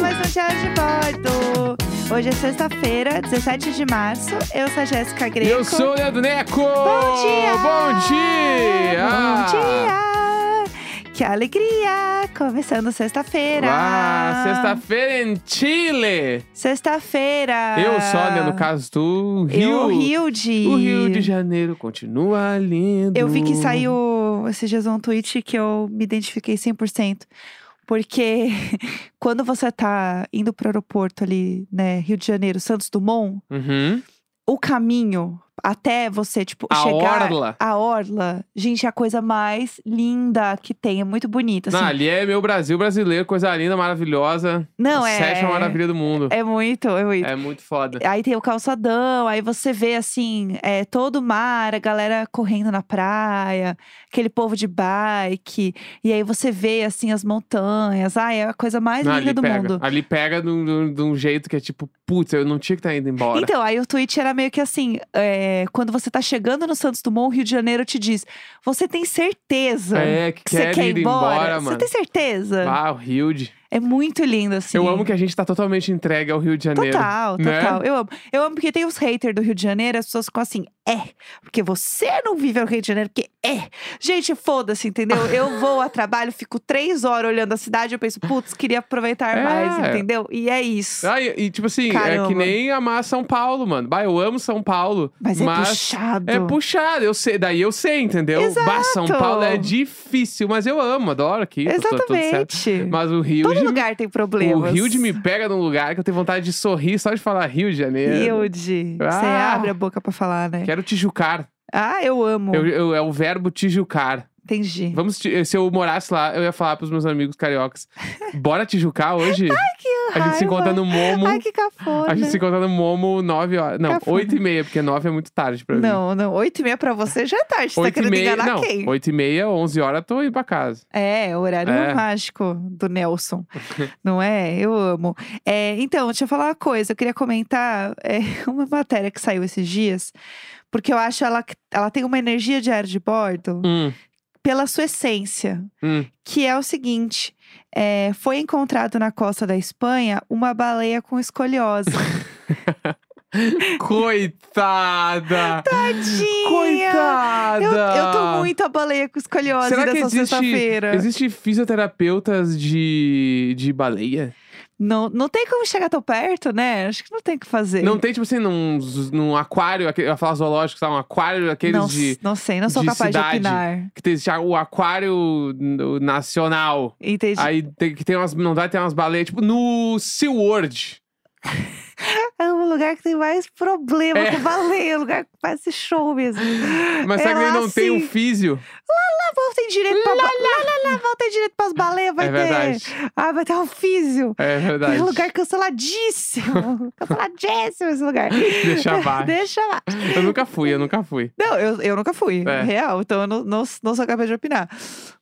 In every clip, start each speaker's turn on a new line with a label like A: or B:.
A: um Diário de Bordo. Hoje é sexta-feira, 17 de março. Eu sou a Jéssica Greco.
B: Eu sou o Leandro Neco!
A: um Bom dia!
B: Bom dia! Ah!
A: Bom dia! Que alegria! Começando sexta-feira.
B: Ah, sexta-feira em Chile!
A: Sexta-feira.
B: Eu só, né? No caso do Rio.
A: Ah. Eu, Rio de...
B: O Rio de Janeiro continua lindo.
A: Eu vi que saiu esses dias um tweet que eu me identifiquei 100%. Porque quando você tá indo pro aeroporto ali, né, Rio de Janeiro, Santos Dumont,
B: Uhum.
A: o caminho até você, tipo,
B: A
A: chegar
B: orla.
A: a orla, gente, é a coisa mais linda que tem, é muito bonita,
B: Não,
A: assim.
B: ali é meu Brasil brasileiro, coisa linda, maravilhosa.
A: Não, é
B: Sétima maravilha do mundo.
A: É muito, é muito.
B: É, muito foda.
A: Aí tem o calçadão, aí você vê assim, é, todo o mar, a galera correndo na praia, aquele povo de bike, e aí você vê assim as montanhas. Ai, é a coisa mais
B: Não,
A: linda
B: ali
A: do
B: pega.
A: mundo.
B: Ali pega de um- de um- de um jeito que é tipo, putz, eu não tinha que estar indo embora.
A: Então, aí o tweet era meio que assim: é, quando você tá chegando no Santos Dumont, o Rio de Janeiro te diz: Você tem certeza
B: é, que
A: que Então, você
B: quer
A: quer
B: ir embora,
A: Você tá
B: mano.
A: tem certeza?
B: Ah, o Rio de...
A: É muito lindo, assim.
B: Eu amo que a gente tá totalmente entregue ao Rio de Janeiro.
A: Total,
B: né?
A: total. Eu amo. Eu amo porque tem os haters do Rio de Janeiro, as pessoas ficam assim, é, porque você não vive no Rio de Janeiro, porque é. Gente, foda-se, entendeu? Eu vou a trabalho, fico três horas olhando a cidade, eu penso, putz, queria aproveitar
B: É.
A: mais, entendeu? E é isso.
B: Ah, e, e, tipo assim, é
A: Caramba.
B: que nem amar São Paulo, mano. Bah, eu amo São Paulo.
A: Mas é puxado.
B: É puxado, eu sei, daí eu sei, entendeu? Bah, São
A: Exato.
B: Paulo é difícil, mas eu amo, adoro aqui. tá tudo- tudo certo.
A: Exatamente.
B: Mas o Rio
A: Todo
B: de,
A: lugar tem
B: o
A: problemas.
B: Rio de me pega num lugar que eu tenho vontade de sorrir só de falar Rio de Janeiro.
A: Rio de. Você
B: Ah.
A: abre a boca pra falar, né?
B: Quero tijucar.
A: Ah, eu amo.
B: Eu- eu- é o verbo tijucar.
A: Entendi.
B: Vamos, ti- se eu morasse lá, eu ia falar pros meus amigos cariocas: bora tijucar hoje? a
A: Ah,
B: gente se encontra no Momo.
A: Ai, que cafona.
B: A gente se encontra no Momo 9 horas. Não,
A: Cafona.
B: 8 e meia, porque 9 é muito tarde pra mim.
A: Não, não. Oito e meia pra você já é tarde. Você tá
B: 8 e
A: querendo
B: meia,
A: enganar
B: não.
A: quem?
B: 8 e meia, 11 horas, tô indo pra casa.
A: É, o horário
B: É.
A: mágico do Nelson. não é? Eu amo. É, então, deixa eu falar uma coisa. Eu queria comentar é, uma matéria que saiu esses dias. Porque eu acho ela, ela tem uma energia de ar de bordo
B: Hum,
A: pela sua essência.
B: hum.
A: Que é o seguinte. é, foi encontrado na costa da Espanha uma baleia com escoliose.
B: Coitada!
A: Tadinha!
B: Coitada!
A: Eu, eu tô muito a baleia com escoliose
B: Será que
A: dessa
B: existe,
A: sexta-feira.
B: existe fisioterapeutas de, de baleia?
A: Não, não tem como chegar tão perto, né? Acho que não tem o que fazer.
B: Não tem, tipo assim, num, num aquário, aquele, eu ia falar zoológico, sabe? Um aquário daqueles
A: não,
B: de.
A: não sei, não sou
B: de
A: capaz
B: cidade.
A: de opinar.
B: Que tem esse- o aquário n- nacional.
A: Entendi.
B: Aí tem que tem umas. Não dá, tem umas baleias, tipo, no SeaWorld.
A: É um lugar que tem mais problema
B: É.
A: com baleia, um lugar que faz esse show mesmo.
B: Mas
A: é
B: será que ele
A: lá,
B: não tem um
A: sim.
B: físio?
A: Lá voltem direito pra. Lá, lá, lá, voltem direito pras baleias, vai
B: é
A: ter.
B: verdade.
A: Ah, vai ter um físio.
B: É verdade.
A: Um lugar canceladíssimo. canceladíssimo esse lugar.
B: Deixa abaixo.
A: Deixa lá.
B: Eu nunca fui, eu nunca fui.
A: Não, eu, eu nunca fui,
B: É.
A: real. Então eu não, não, não sou capaz de opinar.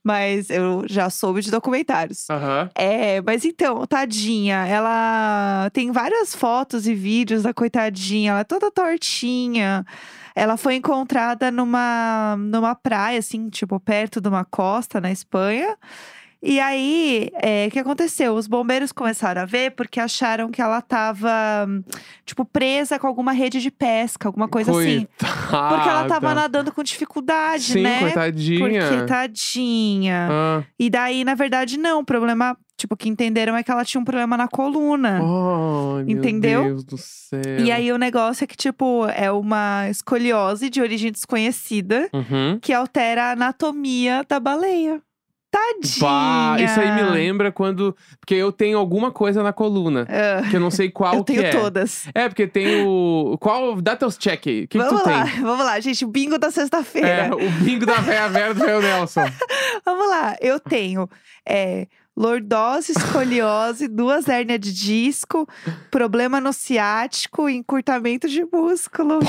A: Mas eu já soube de documentários.
B: Aham.
A: É, mas então, tadinha, ela tem várias fotos e vídeos da coitadinha, ela é toda tortinha. Ela foi encontrada numa, numa praia, assim, tipo, perto de uma costa na Espanha. E aí, é, o que aconteceu? Os bombeiros começaram a ver porque acharam que ela tava, hum, tipo, presa com alguma rede de pesca, alguma coisa assim.
B: Coitada.
A: Porque ela tava nadando com dificuldade,
B: Ah, tá. Sim,
A: né?
B: coitadinha.
A: Porque tá- tadinha.
B: Ah,
A: E daí, na verdade, não. O problema, tipo, que entenderam é que ela tinha um problema na coluna.
B: ai, meu
A: Ah. Entendeu?
B: Deus do céu.
A: E aí o negócio é que, tipo, é uma escoliose de origem desconhecida
B: Uhum.
A: que altera a anatomia da baleia. Tadinha!
B: Bah, isso aí me lembra quando. Porque eu tenho alguma coisa na coluna.
A: Ah,
B: Que eu não sei qual
A: eu
B: que
A: tenho
B: é.
A: todas.
B: É, porque tem o. Qual. Dá teus check aí. O que, que
A: vamos
B: tu
A: lá,
B: tem?
A: vamos lá, gente. O bingo da
B: É,
A: sexta-feira.
B: o bingo da véia velha do Velho Nelson.
A: Vamos lá. Eu tenho é, lordose, escoliose, duas hérnias de disco, problema no ciático, encurtamento de músculo.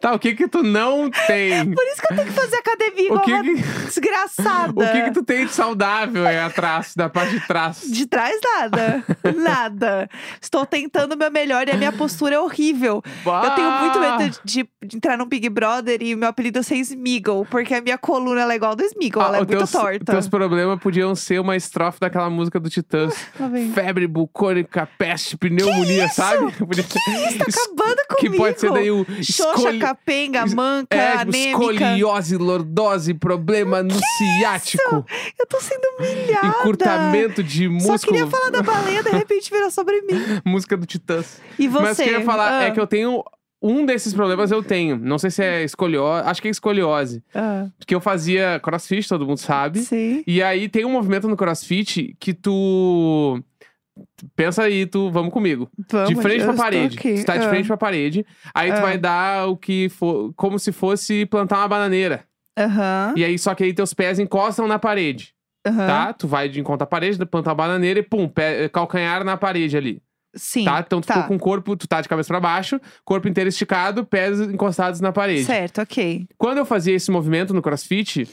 B: Tá, o que que tu não tem?
A: Por isso que eu tenho que fazer academia igual
B: o que
A: uma
B: que,
A: desgraçada.
B: o que que tu tem de saudável é atrás, da parte de trás?
A: De trás, nada. nada. Estou tentando o meu melhor e a minha postura é horrível. Eu tenho muito
B: Ah!
A: medo de, de entrar no Big Brother e meu apelido é ser Smiggle, porque a minha coluna ela é igual a do Smiggle,
B: Ah,
A: ela é muito
B: teus,
A: torta.
B: Teus problemas podiam ser uma estrofe daquela música do Titãs.
A: Lá vem.
B: Febre bucônica, peste, pneumonia, sabe? Podia ser-
A: Tá acabando
B: que
A: comigo.
B: pode ser daí o
A: Xoxa,
B: escoli-
A: capenga,
B: es-
A: manca,
B: é, tipo,
A: anêmica.
B: escoliose, lordose, problema no ciático,
A: Eu tô sendo humilhada.
B: encurtamento de músculo.
A: Só queria falar da baleia, de repente virou sobre mim.
B: Música do Titãs.
A: E você?
B: Mas o que eu ia falar
A: Ah,
B: é que eu tenho. Um desses problemas eu tenho. Não sei se é escoliose. Acho que é escoliose.
A: ah,
B: Porque eu fazia crossfit, todo mundo sabe.
A: sim.
B: E aí tem um movimento no crossfit que tu. Pensa aí, tu. Vamos comigo.
A: Vamos,
B: de frente
A: eu
B: pra
A: estou
B: parede.
A: aqui.
B: Tu tá de
A: Ah,
B: frente pra parede. Aí tu
A: Ah.
B: vai dar o que for. Como se fosse plantar uma bananeira.
A: Aham.
B: E aí, só que aí teus pés encostam na parede,
A: aham.
B: tá? Tu vai de encontro à parede, plantar uma bananeira e pum, pé- calcanhar na parede ali,
A: Sim.
B: tá? Então tu
A: tá.
B: ficou com o corpo, tu tá de cabeça pra baixo, corpo inteiro esticado, pés encostados na parede.
A: Certo, ok.
B: Quando eu fazia esse movimento no crossfit,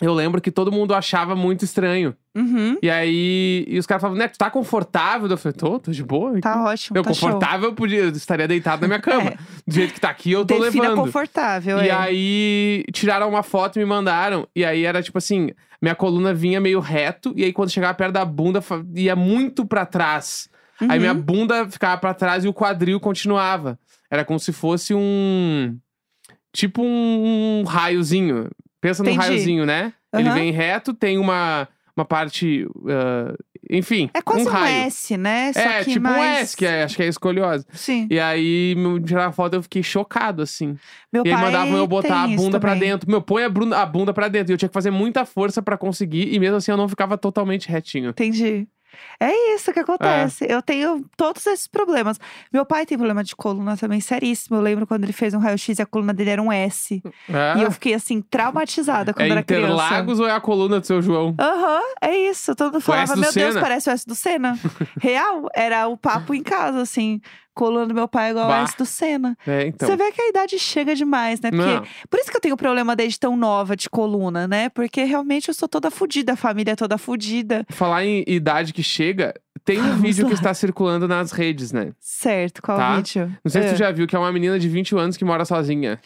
B: eu lembro que todo mundo achava muito estranho.
A: Uhum.
B: E aí, e os caras falavam, né, tu tá confortável? Eu falei, tô, tô de boa.
A: Tá ótimo.
B: eu,
A: tá show.
B: confortável, eu podia, eu estaria deitado na minha cama.
A: É.
B: Do jeito que tá aqui, eu tô
A: Defina
B: levando.
A: confortável,
B: E
A: é.
B: aí tiraram uma foto e me mandaram. E aí era tipo assim, minha coluna vinha meio reto. E aí quando chegava perto da bunda, fa- ia muito pra trás. Aí
A: Uhum.
B: minha bunda ficava pra trás e o quadril continuava. Era como se fosse um... Tipo um, um raiozinho. Pensa num
A: Entendi.
B: raiozinho, né? Ele
A: Aham.
B: vem reto, tem uma, uma parte... ah, enfim,
A: É quase um,
B: raio.
A: S, né? Só
B: é,
A: que
B: tipo um
A: mais-
B: S, que é- acho que é escoliose.
A: Sim.
B: E aí, me tiraram a foto, eu fiquei chocado, assim.
A: Meu
B: E aí
A: pai
B: mandavam eu botar a
A: tem isso
B: bunda pra
A: também.
B: dentro. Meu, põe a, bruna- a bunda pra dentro. E eu tinha que fazer muita força pra conseguir. E mesmo assim eu não ficava totalmente retinho.
A: Entendi. É isso que acontece. Eu tenho todos esses problemas. Meu pai tem problema de coluna também, seríssimo. Eu lembro quando ele fez um raio-x e a coluna dele era um S.
B: É,
A: E eu fiquei, assim, traumatizada
B: é
A: quando era criança.
B: Interlagos ou é a coluna do seu João?
A: Aham, é isso. Todo mundo falava,
B: S do
A: meu Deus,
B: Senna."
A: parece o S do Senna. Real, era o papo em casa, assim. Coluna do meu pai igual
B: Bah.
A: ao S do Senna.
B: É, então.
A: Você vê que a idade chega demais, né? Porque
B: Não.
A: Por isso que eu tenho problema desde tão nova de coluna, né? Porque realmente eu sou toda fodida, a família é toda fodida.
B: Falar em idade que chega, tem um
A: Vamos
B: vídeo que
A: lá.
B: está circulando nas redes, né?
A: Certo, qual
B: Tá.
A: vídeo?
B: Não sei se
A: Ah.
B: tu já viu, que é uma menina de 20 anos que mora sozinha.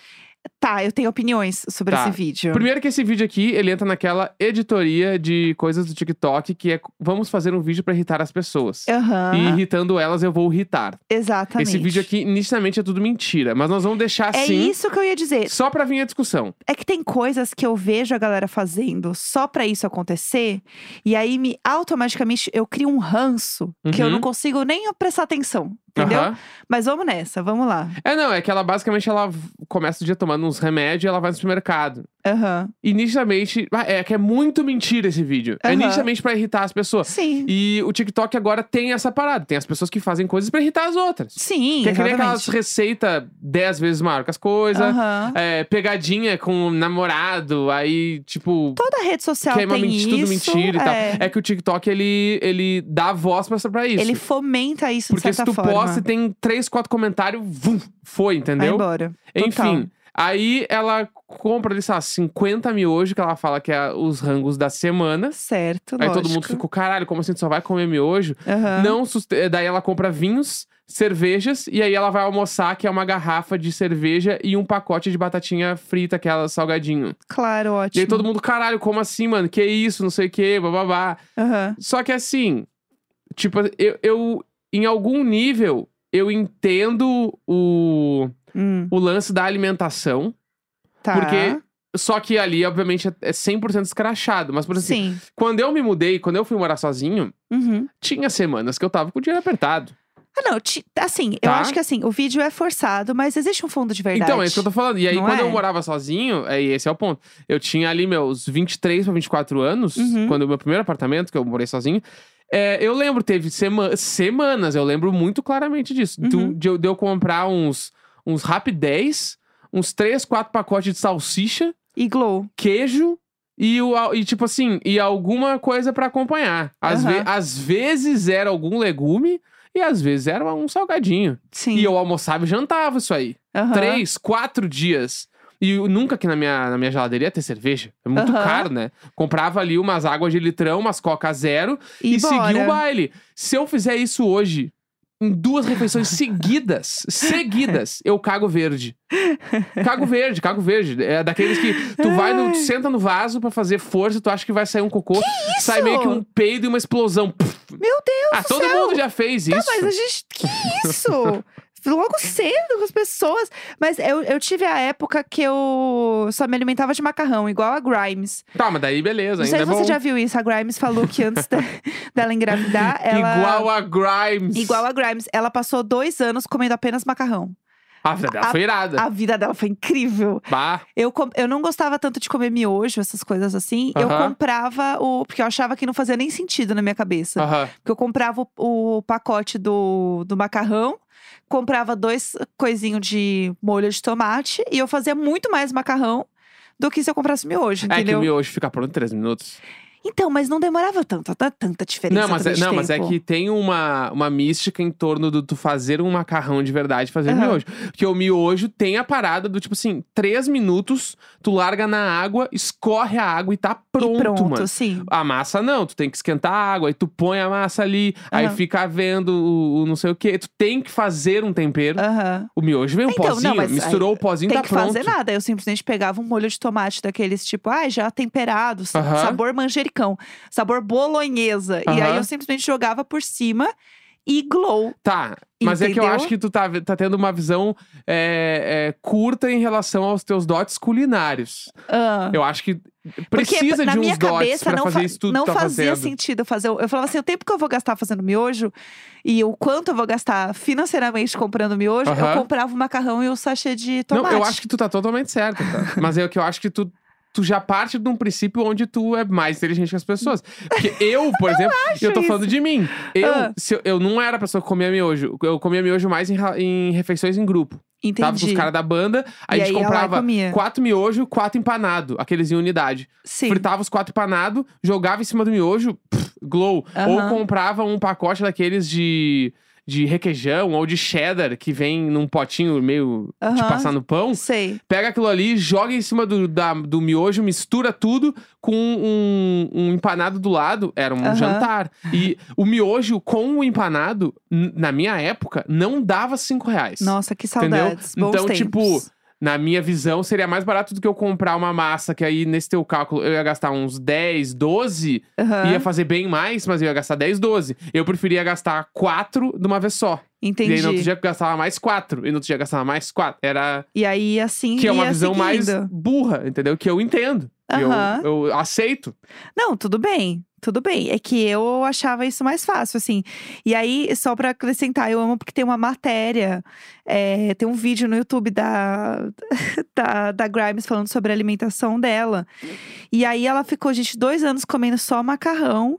A: Tá, eu tenho opiniões sobre
B: Tá.
A: esse vídeo.
B: Primeiro que esse vídeo aqui, ele entra naquela editoria de coisas do TikTok, que é vamos fazer um vídeo pra irritar as pessoas.
A: Aham,
B: E irritando elas, eu vou irritar.
A: Ah. exatamente.
B: Esse vídeo aqui, nitidamente, é tudo mentira. Mas nós vamos deixar
A: É
B: assim.
A: isso que eu ia dizer.
B: Só pra vir a discussão.
A: É que tem coisas que eu vejo a galera fazendo só pra isso acontecer. E aí, me automaticamente, eu crio um ranço que eu
B: Uhum.
A: não consigo nem prestar atenção. Entendeu?
B: Aham.
A: Mas vamos nessa, vamos lá.
B: É, não, é que ela basicamente ela v- começa o dia tomando uns remédios e ela vai no supermercado.
A: Aham.
B: E nitidamente. Ah, É que é muito mentira esse vídeo. É
A: Aham.
B: nitidamente pra irritar as pessoas.
A: Sim.
B: E o TikTok agora tem essa parada. Tem as pessoas que fazem coisas pra irritar as outras.
A: Sim,
B: Quer criar aquelas
A: exatamente.
B: receitas dez vezes maior que as coisas.
A: Aham.
B: é, pegadinha com o namorado, aí, tipo,
A: Toda rede social
B: queima
A: tem
B: menti-
A: isso.
B: tudo mentira e tal.
A: é.
B: É que o TikTok, ele, ele dá voz pra, pra isso.
A: Ele fomenta isso
B: Porque
A: de
B: se
A: certa
B: tu
A: forma.
B: posta e tem três, quatro comentários, vum, foi,
A: Vai
B: entendeu?
A: embora. Total.
B: Enfim, aí ela compra, ali, sei lá, 50 miojo, que ela fala que é os rangos da semana.
A: Certo,
B: Aí
A: lógico.
B: todo mundo ficou, caralho, como assim tu só vai comer miojo?
A: Aham.
B: Não, suste- eh, daí ela compra vinhos, cervejas, e aí ela vai almoçar, que é uma garrafa de cerveja e um pacote de batatinha frita, aquela salgadinho.
A: Claro,
B: E
A: ótimo.
B: aí todo mundo, caralho, como assim, mano? Que isso, não sei o que, bababá.
A: Aham.
B: Só que assim, tipo, eu, eu em algum nível, eu entendo o,
A: Hum,
B: o lance da alimentação.
A: tá.
B: Porque, só que ali, obviamente, é- é 100% escrachado. Mas, por exemplo,
A: Sim.
B: quando eu me mudei, quando eu fui morar sozinho,
A: Uhum.
B: tinha semanas que eu tava com o dinheiro apertado.
A: Ah, não. ti- Assim, eu
B: Tá.
A: acho que assim, o vídeo é forçado, mas existe um fundo de verdade.
B: Então, é isso que eu tô falando. E aí,
A: Não
B: quando
A: é?
B: eu morava sozinho, é, esse é o ponto. Eu tinha ali meus 23 pra 24 anos,
A: Uhum.
B: quando o meu primeiro apartamento, que eu morei sozinho. é, eu lembro, teve sema- semanas, eu lembro muito claramente disso. do-
A: Uhum.
B: de, eu- de eu comprar uns, uns Rap 10, uns 3, 4 pacotes de salsicha,
A: E Glow.
B: queijo e, o, al- e tipo assim, e alguma coisa pra acompanhar. Às, ve-
A: Aham.
B: às vezes era algum legume. E às vezes era um salgadinho.
A: Sim.
B: E eu almoçava e jantava isso aí.
A: Aham.
B: Três, quatro dias. E eu nunca que na minha, na minha geladeria ia ter cerveja. É muito
A: Aham.
B: caro, né? Comprava ali umas águas de litrão, umas coca zero
A: E, bora.
B: seguir o baile. Se eu fizer isso hoje, em duas refeições seguidas, seguidas, eu cago verde. Cago verde, cago verde. É daqueles que tu vai, no, tu senta no vaso pra fazer força, tu acha que vai sair um cocô, sai meio que um peido e uma explosão. Pff.
A: Meu Deus
B: Ah,
A: do
B: todo
A: céu!
B: mundo já fez
A: Tá,
B: isso.
A: mas a gente. Que isso? Logo cedo com as pessoas. Mas eu, eu tive a época que eu só me alimentava de macarrão, igual a Grimes.
B: Tá, mas daí beleza,
A: Não sei
B: ainda
A: se
B: é
A: você
B: bom.
A: já viu isso. A Grimes falou que antes da- dela engravidar, ela.
B: Igual a Grimes.
A: Igual a Grimes, ela passou dois anos comendo apenas macarrão.
B: Ah, a vida dela
A: a-
B: foi irada.
A: A vida dela foi incrível.
B: Bah,
A: Eu, com- eu não gostava tanto de comer miojo, essas coisas assim. Eu
B: Aham.
A: comprava o. Porque eu achava que não fazia nem sentido na minha cabeça.
B: aham. É
A: Porque eu comprava o, o pacote do, do macarrão, comprava dois coisinhos de molho de tomate e eu fazia muito mais macarrão do que se eu comprasse miojo,
B: É que
A: entendeu?
B: o miojo fica pronto em três minutos.
A: Então, mas não demorava tanto, tá tanta diferença.
B: Não, mas, é,
A: também de
B: não mas é
A: tempo.
B: que tem uma, uma mística em torno do tu fazer um macarrão de verdade e fazer
A: Aham.
B: miojo. Porque o miojo tem a parada do tipo assim, três minutos, tu larga na água, escorre a água e tá pronto,
A: e pronto,
B: mano.
A: sim.
B: A massa não, tu tem que esquentar a água, aí tu põe a massa ali, aí
A: Aham.
B: fica vendo o, o não sei o quê. Tu tem que fazer um tempero.
A: Aham.
B: O miojo vem um
A: Ah. Então, não,
B: pozinho,
A: mas aí
B: misturou o pozinho,
A: Tem
B: tá
A: que
B: pronto.
A: fazer nada. Eu simplesmente pegava um molho de tomate daqueles tipo, ah, já temperado, sa-
B: Aham.
A: sabor manjericão, sabor bolonhesa. E aí
B: Aham.
A: eu simplesmente jogava por cima e glow.
B: Tá, mas é que eu
A: Entendeu?
B: acho que tu tá, ve- tá tendo uma visão é, é, curta em relação aos teus dotes culinários.
A: Ah.
B: Eu acho que
A: Porque
B: precisa
A: na
B: de
A: minha
B: uns dotes
A: cabeça
B: pra
A: não,
B: fazer
A: fa-
B: isso tudo
A: não
B: que tá
A: fazia assim
B: fazendo.
A: sentido eu fazer. o- Eu falava assim, o tempo que eu vou gastar fazendo miojo e o quanto eu vou gastar financeiramente comprando miojo, eu
B: Aham.
A: comprava o macarrão e o sachê de
B: não,
A: tomate.
B: eu acho que tu tá totalmente certa, tá? Mas é o que eu acho que tu, tu já parte de um princípio onde tu é mais inteligente que as pessoas. Porque eu, por exemplo, eu tô
A: isso.
B: falando de mim. Eu,
A: Ah.
B: se eu, eu não era a pessoa que comia miojo. Eu comia miojo mais em, ra- em refeições em grupo.
A: Entendi.
B: Tava com os caras da banda, aí
A: E
B: a gente
A: aí, ia lá e
B: comprava
A: comia.
B: quatro miojo, quatro empanado, aqueles em unidade.
A: Sim.
B: fritava os quatro empanados, jogava em cima do miojo, pff, glow. Ou
A: Aham.
B: comprava um pacote daqueles de, de requeijão ou de cheddar que vem num potinho meio de
A: Aham.
B: passar no pão.
A: Sei.
B: Pega aquilo ali, joga em cima do, da- do miojo, mistura tudo com um, um empanado do lado. Era um
A: Aham.
B: jantar. E o miojo com o empanado, n- na minha época, não dava cinco reais.
A: Nossa, que
B: Entendeu?
A: saudades. Bons
B: Então,
A: tempos.
B: tipo, Na minha visão, seria mais barato do que eu comprar uma massa que aí, nesse teu cálculo, eu ia gastar uns 10, 12.
A: Aham.
B: Ia fazer bem mais, mas eu ia gastar 10, 12. Eu preferia gastar 4 de uma vez só.
A: Entendi.
B: E aí, no outro dia, eu gastava mais 4. E no outro dia, eu gastava mais 4. Era...
A: E aí, assim,
B: Que é uma
A: ia
B: visão mais
A: seguindo.
B: burra, entendeu? Que eu entendo. que
A: Aham.
B: Eu, eu aceito.
A: Não, tudo bem. Tudo bem. É que eu achava isso mais fácil, assim. E aí, só pra acrescentar, eu amo porque tem uma matéria, é, tem um vídeo no YouTube da, da, da Grimes falando sobre a alimentação dela. E aí ela ficou, gente, dois anos comendo só macarrão.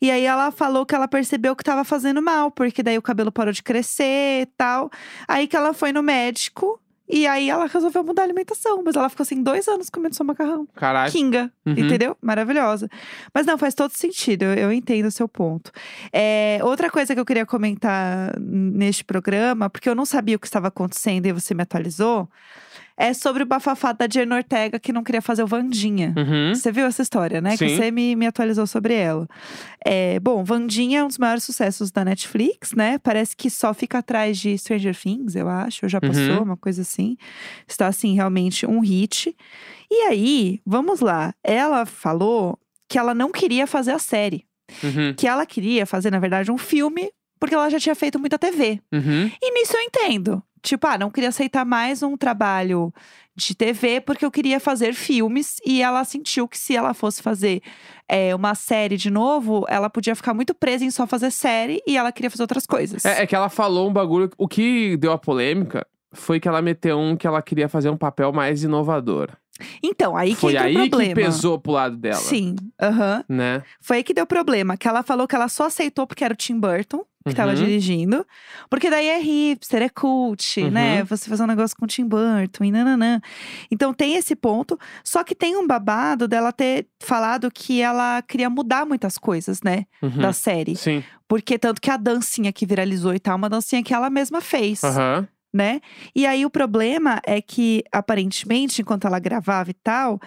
A: E aí ela falou que ela percebeu que tava fazendo mal, porque daí o cabelo parou de crescer e tal. Aí que ela foi no médico. E aí ela resolveu mudar a alimentação, mas ela ficou assim dois anos comendo só macarrão.
B: Caralho.
A: Kinga,
B: Uhum.
A: entendeu? Maravilhosa. Mas não, faz todo sentido, eu, eu entendo o seu ponto. É, outra coisa que eu queria comentar neste programa, porque eu não sabia o que estava acontecendo e você me atualizou, é sobre o bafafá da Diana Ortega que não queria fazer o Vandinha.
B: Uhum.
A: Você viu essa história, né?
B: Sim.
A: Que você me, me atualizou sobre ela. É, bom, Vandinha é um dos maiores sucessos da Netflix, né? Parece que só fica atrás de Stranger Things, eu acho. ou Já passou,
B: Uhum.
A: uma coisa assim. Está, assim, realmente um hit. E aí, vamos lá. Ela falou que ela não queria fazer a série.
B: Uhum.
A: Que ela queria fazer, na verdade, um filme, porque ela já tinha feito muita TV.
B: Uhum.
A: E nisso eu entendo. Tipo, ah, não queria aceitar mais um trabalho de TV porque eu queria fazer filmes. E ela sentiu que se ela fosse fazer é, uma série de novo, ela podia ficar muito presa em só fazer série e ela queria fazer outras coisas.
B: É, é que ela falou um bagulho. O que deu a polêmica foi que ela meteu um que ela queria fazer um papel mais inovador.
A: Então, aí
B: foi
A: que entra
B: aí
A: o problema.
B: que pesou pro lado dela.
A: Sim, aham.
B: Né?
A: Foi aí que deu problema. Que ela falou que ela só aceitou porque era o Tim Burton. que tava
B: Uhum.
A: dirigindo. Porque daí é hipster, é cult,
B: Uhum.
A: né? Você fazer um negócio com o Tim Burton e nananã. Então tem esse ponto. Só que tem um babado dela ter falado que ela queria mudar muitas coisas, né?
B: Uhum.
A: Da série.
B: Sim.
A: Porque tanto que a dancinha que viralizou e tal, é uma dancinha que ela mesma fez
B: Aham.
A: né? E aí o problema é que, aparentemente, enquanto ela gravava e tal,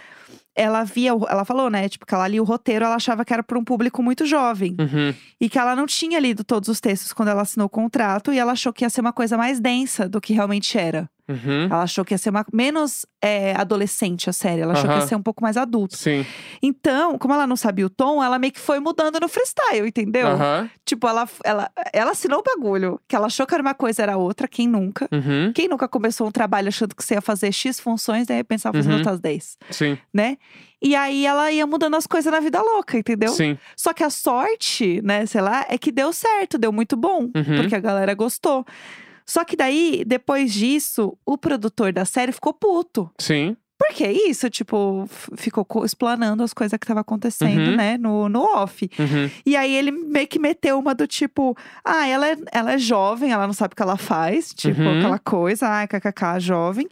A: ela via, o- ela falou, né? Tipo, que ela lia o roteiro, ela achava que era para um público muito jovem.
B: Uhum.
A: E que ela não tinha lido todos os textos quando ela assinou o contrato, e ela achou que ia ser uma coisa mais densa do que realmente era.
B: Uhum.
A: Ela achou que ia ser uma, menos é, adolescente a série, ela achou que ia
B: Aham.
A: ser um pouco mais adulto.
B: Sim.
A: Então, como ela não sabia o tom, ela meio que foi mudando no freestyle, entendeu?
B: Aham.
A: Tipo, ela, ela, ela assinou o bagulho, que ela achou que era uma coisa, era outra, quem nunca?
B: Uhum.
A: Quem nunca começou um trabalho achando que você ia fazer X funções, de repente você tava fazendo
B: Uhum.
A: outras 10,
B: Sim.
A: né? E aí ela ia mudando as coisas na vida louca, entendeu?
B: Sim.
A: Só que a sorte, né, sei lá, é que deu certo, deu muito bom,
B: Uhum.
A: porque a galera gostou. Só que daí, depois disso, o produtor da série ficou puto.
B: Sim.
A: Por que isso? Tipo, f- ficou co- explanando as coisas que tava acontecendo,
B: Uhum.
A: né, no, no off.
B: Uhum.
A: E aí ele meio que meteu uma do tipo: ah, ela é, ela é jovem, ela não sabe o que ela faz, tipo,
B: Uhum.
A: aquela coisa, ah, kkk, jovem.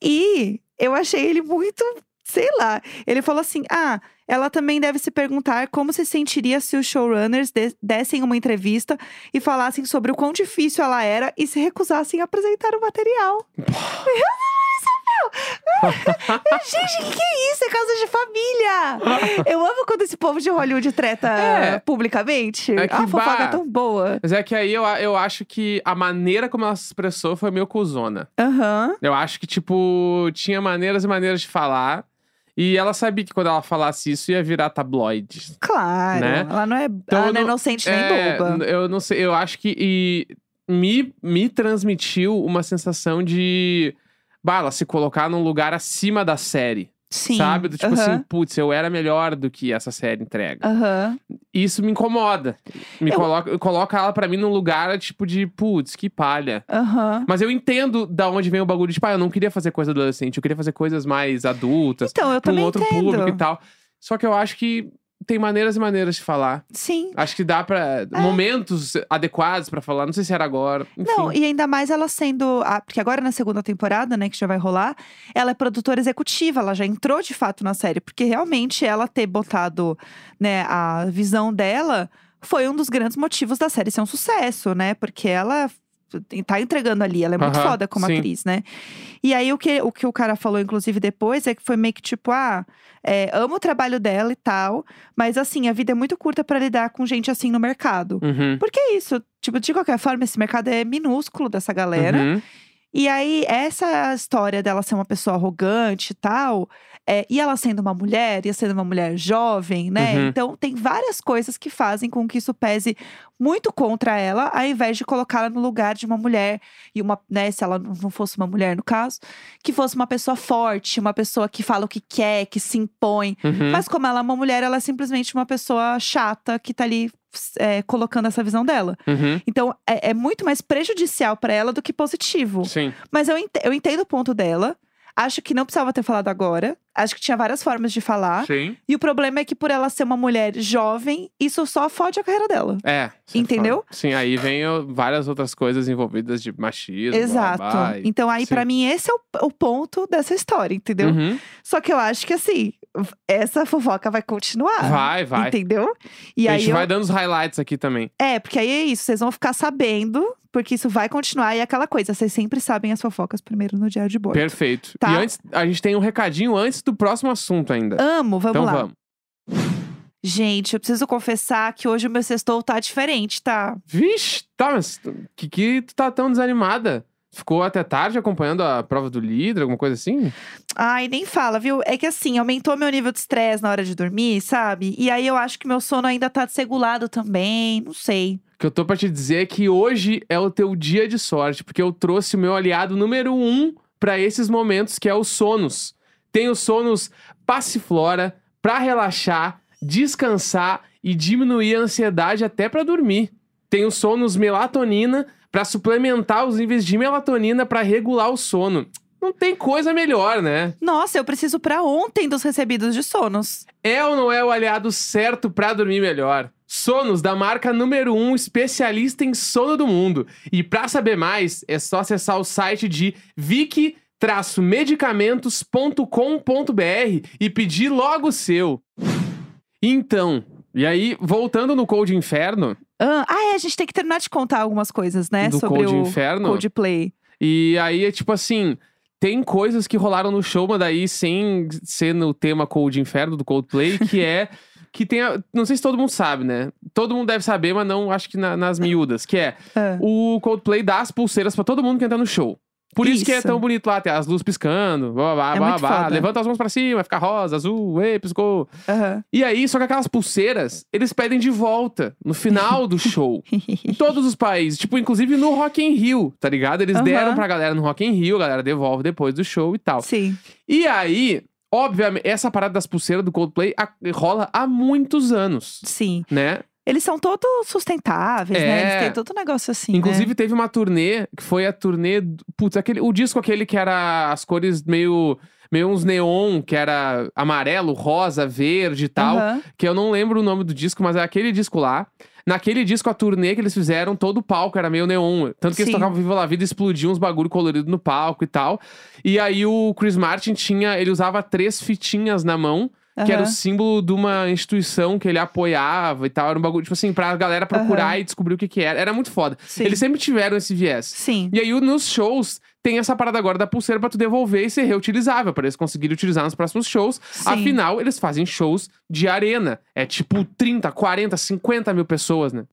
A: E eu achei ele muito, sei lá. Ele falou assim: ah, ela também deve se perguntar como se sentiria se os showrunners de- dessem uma entrevista e falassem sobre o quão difícil ela era e se recusassem a apresentar o material. Gente, que que é isso? É casa de família! Eu amo quando esse povo de Hollywood treta
B: É.
A: publicamente.
B: É que
A: ah, a fofoca
B: bah.
A: é tão boa.
B: Mas é que aí eu, a- eu acho que a maneira como ela se expressou foi meio cuzona.
A: Aham.
B: Eu acho que, tipo, tinha maneiras e maneiras de falar. E ela sabia que quando ela falasse isso ia virar tabloide.
A: Claro.
B: Né?
A: Ela não é, ela
B: eu
A: não é
B: não-
A: inocente nem
B: É,
A: boba.
B: n- Eu não sei, eu acho que. e me, me transmitiu uma sensação de. Bah, ela se colocar num lugar acima da série.
A: Sim.
B: Sabe? Do tipo assim,
A: Aham.
B: putz, eu era melhor do que essa série entrega.
A: Aham.
B: Isso me incomoda. Me
A: Eu-
B: coloca, coloca ela pra mim num lugar tipo de, putz, que palha.
A: Aham.
B: Mas eu entendo da onde vem o bagulho. Tipo, ah, eu não queria fazer coisa adolescente, eu queria fazer coisas mais adultas,
A: Então, eu
B: pra um
A: também
B: outro
A: entendo.
B: público e tal. Só que eu acho que tem maneiras e maneiras de falar.
A: Sim.
B: Acho que dá
A: É.
B: pra. momentos adequados pra falar. Não sei se era agora. Enfim.
A: Não, e ainda mais ela sendo. a- porque agora na segunda temporada, né, que já vai rolar, ela é produtora executiva, ela já entrou de fato na série. Porque realmente ela ter botado, né, a visão dela foi um dos grandes motivos da série ser um sucesso, né? Porque ela tá entregando ali, ela é muito
B: Aham,
A: foda como
B: sim.
A: atriz, né? E aí o que, o que o cara falou, inclusive, depois é que foi meio que tipo, ah, é, amo o trabalho dela e tal, mas assim, a vida é muito curta pra lidar com gente assim no mercado.
B: Uhum.
A: Porque é isso, tipo, de qualquer forma, esse mercado é minúsculo dessa galera.
B: Uhum.
A: E aí, essa história dela ser uma pessoa arrogante e tal, é, e ela sendo uma mulher, e sendo uma mulher jovem, né?
B: Uhum.
A: Então, tem várias coisas que fazem com que isso pese muito contra ela, ao invés de colocá-la no lugar de uma mulher, e uma, né, se ela não não fosse uma mulher, no caso, que fosse uma pessoa forte, uma pessoa que fala o que quer, que se impõe.
B: Uhum.
A: Mas como ela é uma mulher, ela é simplesmente uma pessoa chata que tá ali é, colocando essa visão dela.
B: Uhum.
A: Então é, é muito mais prejudicial pra ela do que positivo.
B: Sim.
A: Mas eu, ente- eu entendo o ponto dela. Acho que não precisava ter falado agora. Acho que tinha várias formas de falar.
B: Sim.
A: E o problema é que por ela ser uma mulher jovem, isso só fode a carreira dela.
B: É. você
A: Entendeu?
B: fala. Sim, aí vem ó, várias outras coisas envolvidas de machismo.
A: Exato.
B: blá, blá, e-
A: então aí
B: sim.
A: pra mim esse é o, o ponto dessa história, entendeu?
B: Uhum.
A: Só que eu acho que assim, v- essa fofoca vai continuar.
B: Vai, vai.
A: Entendeu? E
B: a
A: aí
B: gente
A: eu
B: vai dando os highlights aqui também.
A: É, porque aí é isso, vocês vão ficar sabendo, porque isso vai continuar. E é aquela coisa, vocês sempre sabem as fofocas primeiro no Diário de Bordo.
B: Perfeito.
A: Tá.
B: E antes, a gente tem um recadinho antes do próximo assunto ainda.
A: Amo, vamos
B: então
A: lá.
B: vamos.
A: Gente, eu preciso confessar que hoje o meu sextou tá diferente, tá?
B: Vixe, tá, mas tu- que, que tu tá tão desanimada? Ficou até tarde acompanhando a prova do líder, alguma coisa assim?
A: Ai, nem fala, viu? É que assim, aumentou meu nível de estresse na hora de dormir, sabe? E aí eu acho que meu sono ainda tá desregulado também, não sei.
B: O que eu tô pra te dizer é que hoje é o teu dia de sorte, porque eu trouxe o meu aliado número um pra esses momentos, que é o Sonos. Tem o Sonos Passiflora pra relaxar, descansar e diminuir a ansiedade até pra dormir. Tem o Sonos Melatonina pra suplementar os níveis de melatonina pra regular o sono. Não tem coisa melhor, né?
A: Nossa, eu preciso pra ontem dos recebidos de sonos.
B: É ou não é o aliado certo pra dormir melhor? Sonos da marca número 1, um, especialista em sono do mundo. E pra saber mais, é só acessar o site de vic-medicamentos.com.br e pedir logo o seu. Então, e aí, voltando no Cold Inferno,
A: Ah, ah, é, a gente tem que terminar de contar algumas coisas, né?
B: do
A: sobre
B: Cold
A: o
B: Inferno,
A: Coldplay.
B: e aí é tipo assim, tem coisas que rolaram no show, mas daí sem ser no tema Cold Inferno do Coldplay, que é que tem, a- não sei se todo mundo sabe, né? Todo mundo deve saber, mas não acho que na- nas miúdas, que é
A: Ah.
B: o Coldplay dá as pulseiras pra todo mundo que entra no show. Por isso, que é
A: Isso.
B: tão bonito lá, tem as luzes piscando, blá blá
A: É
B: blá,
A: muito
B: blá, blá.
A: foda.
B: levanta as mãos pra cima, fica rosa, azul, ei, piscou.
A: Aham.
B: E aí, só que aquelas pulseiras, eles pedem de volta no final do show. em todos os países. Tipo, inclusive no Rock in Rio, tá ligado? Eles
A: Aham.
B: deram pra galera no Rock in Rio, a galera devolve depois do show e tal.
A: Sim.
B: E aí, obviamente, essa parada das pulseiras do Coldplay a- rola há muitos anos,
A: Sim.
B: né?
A: Eles são todos sustentáveis, né?
B: É.
A: Eles têm todo um negócio assim. né?
B: Inclusive, teve uma turnê que foi a turnê. do- Putz, aquele, o disco aquele que era as cores meio. Meio uns neon, que era amarelo, rosa, verde e tal.
A: Aham.
B: Que eu não lembro o nome do disco, mas é aquele disco lá. Naquele disco, a turnê que eles fizeram, todo o palco era meio neon. Tanto que eles
A: Sim.
B: tocavam Viva La Vida e explodiam uns bagulho colorido no palco e tal. E aí o Chris Martin tinha... Ele usava três fitinhas na mão, que era o
A: Aham.
B: símbolo de uma instituição que ele apoiava e tal. Era um bagulho, tipo assim, pra galera procurar e descobrir o que que era. Era muito foda.
A: Sim.
B: Eles sempre tiveram esse viés.
A: Sim.
B: E aí, o- nos shows, tem essa parada agora da pulseira pra tu devolver e ser reutilizável, pra eles conseguirem utilizar nos próximos shows.
A: Sim.
B: Afinal, eles fazem shows de arena. É tipo 30, 40, 50 mil pessoas, né?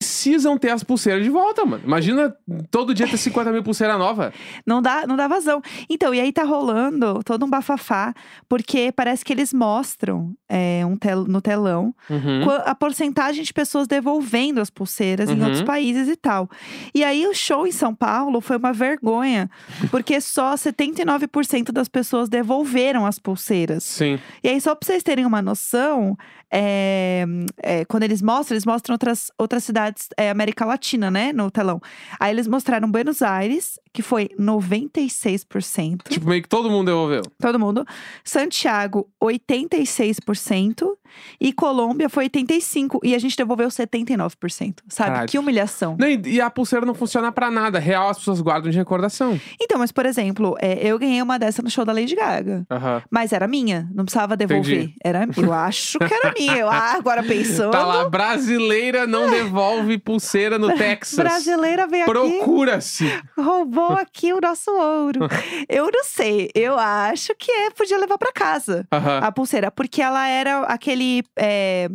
B: Precisam ter as pulseiras de volta, mano. Imagina todo dia ter 50 mil pulseira nova.
A: Não dá, não dá vazão. Então, e aí tá rolando todo um bafafá, porque parece que eles mostram é, um tel- no telão
B: Uhum.
A: qua- a porcentagem de pessoas devolvendo as pulseiras em
B: Uhum.
A: outros países e tal. E aí o show em São Paulo foi uma vergonha, porque só 79% das pessoas devolveram as pulseiras.
B: Sim.
A: E aí, só pra vocês terem uma noção, é, é, quando eles mostram, eles mostram outras, outras cidades, é, América Latina, né, no telão. Aí eles mostraram Buenos Aires, que foi 96%.
B: Tipo, meio que todo mundo devolveu.
A: Todo mundo. Santiago, 86%. E Colômbia foi 85%. E a gente devolveu 79%. Sabe?
B: Caralho.
A: Que humilhação.
B: Não, E e a pulseira não funciona pra nada. Real, as pessoas guardam de recordação.
A: Então, mas por exemplo, é, eu ganhei uma dessa no show da Lady Gaga.
B: Aham.
A: Mas era minha, não precisava devolver.
B: Entendi.
A: Era, eu acho que era minha. Eu, ah, agora pensando.
B: Tá lá, brasileira não devolve pulseira no Texas.
A: É. Brasileira veio aqui,
B: Procura-se.
A: roubou aqui o nosso ouro. eu não sei, eu acho que é, podia levar pra casa.
B: Aham.
A: a pulseira, porque ela era aquele é,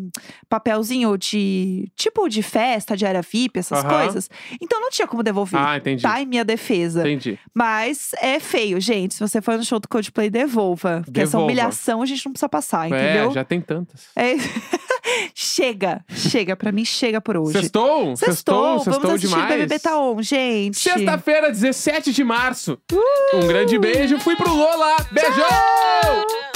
A: papelzinho de tipo de festa, de área VIP, essas
B: Aham.
A: coisas. Então não tinha como devolver.
B: Ah, entendi.
A: Tá em minha defesa.
B: Entendi.
A: Mas é feio, gente. Se você for no show do Coldplay, devolva. Porque essa
B: Devolva.
A: humilhação a gente não precisa passar, entendeu?
B: É, já tem tantas.
A: É- chega, chega. Pra mim, chega por hoje.
B: Sextou? Sextou?
A: Vamos
B: Sextou
A: assistir
B: demais?
A: BBB Taon, gente. Uh!
B: Sexta-feira, 17 de março. Um grande beijo. Fui pro Lola. Beijo!
A: Tchau!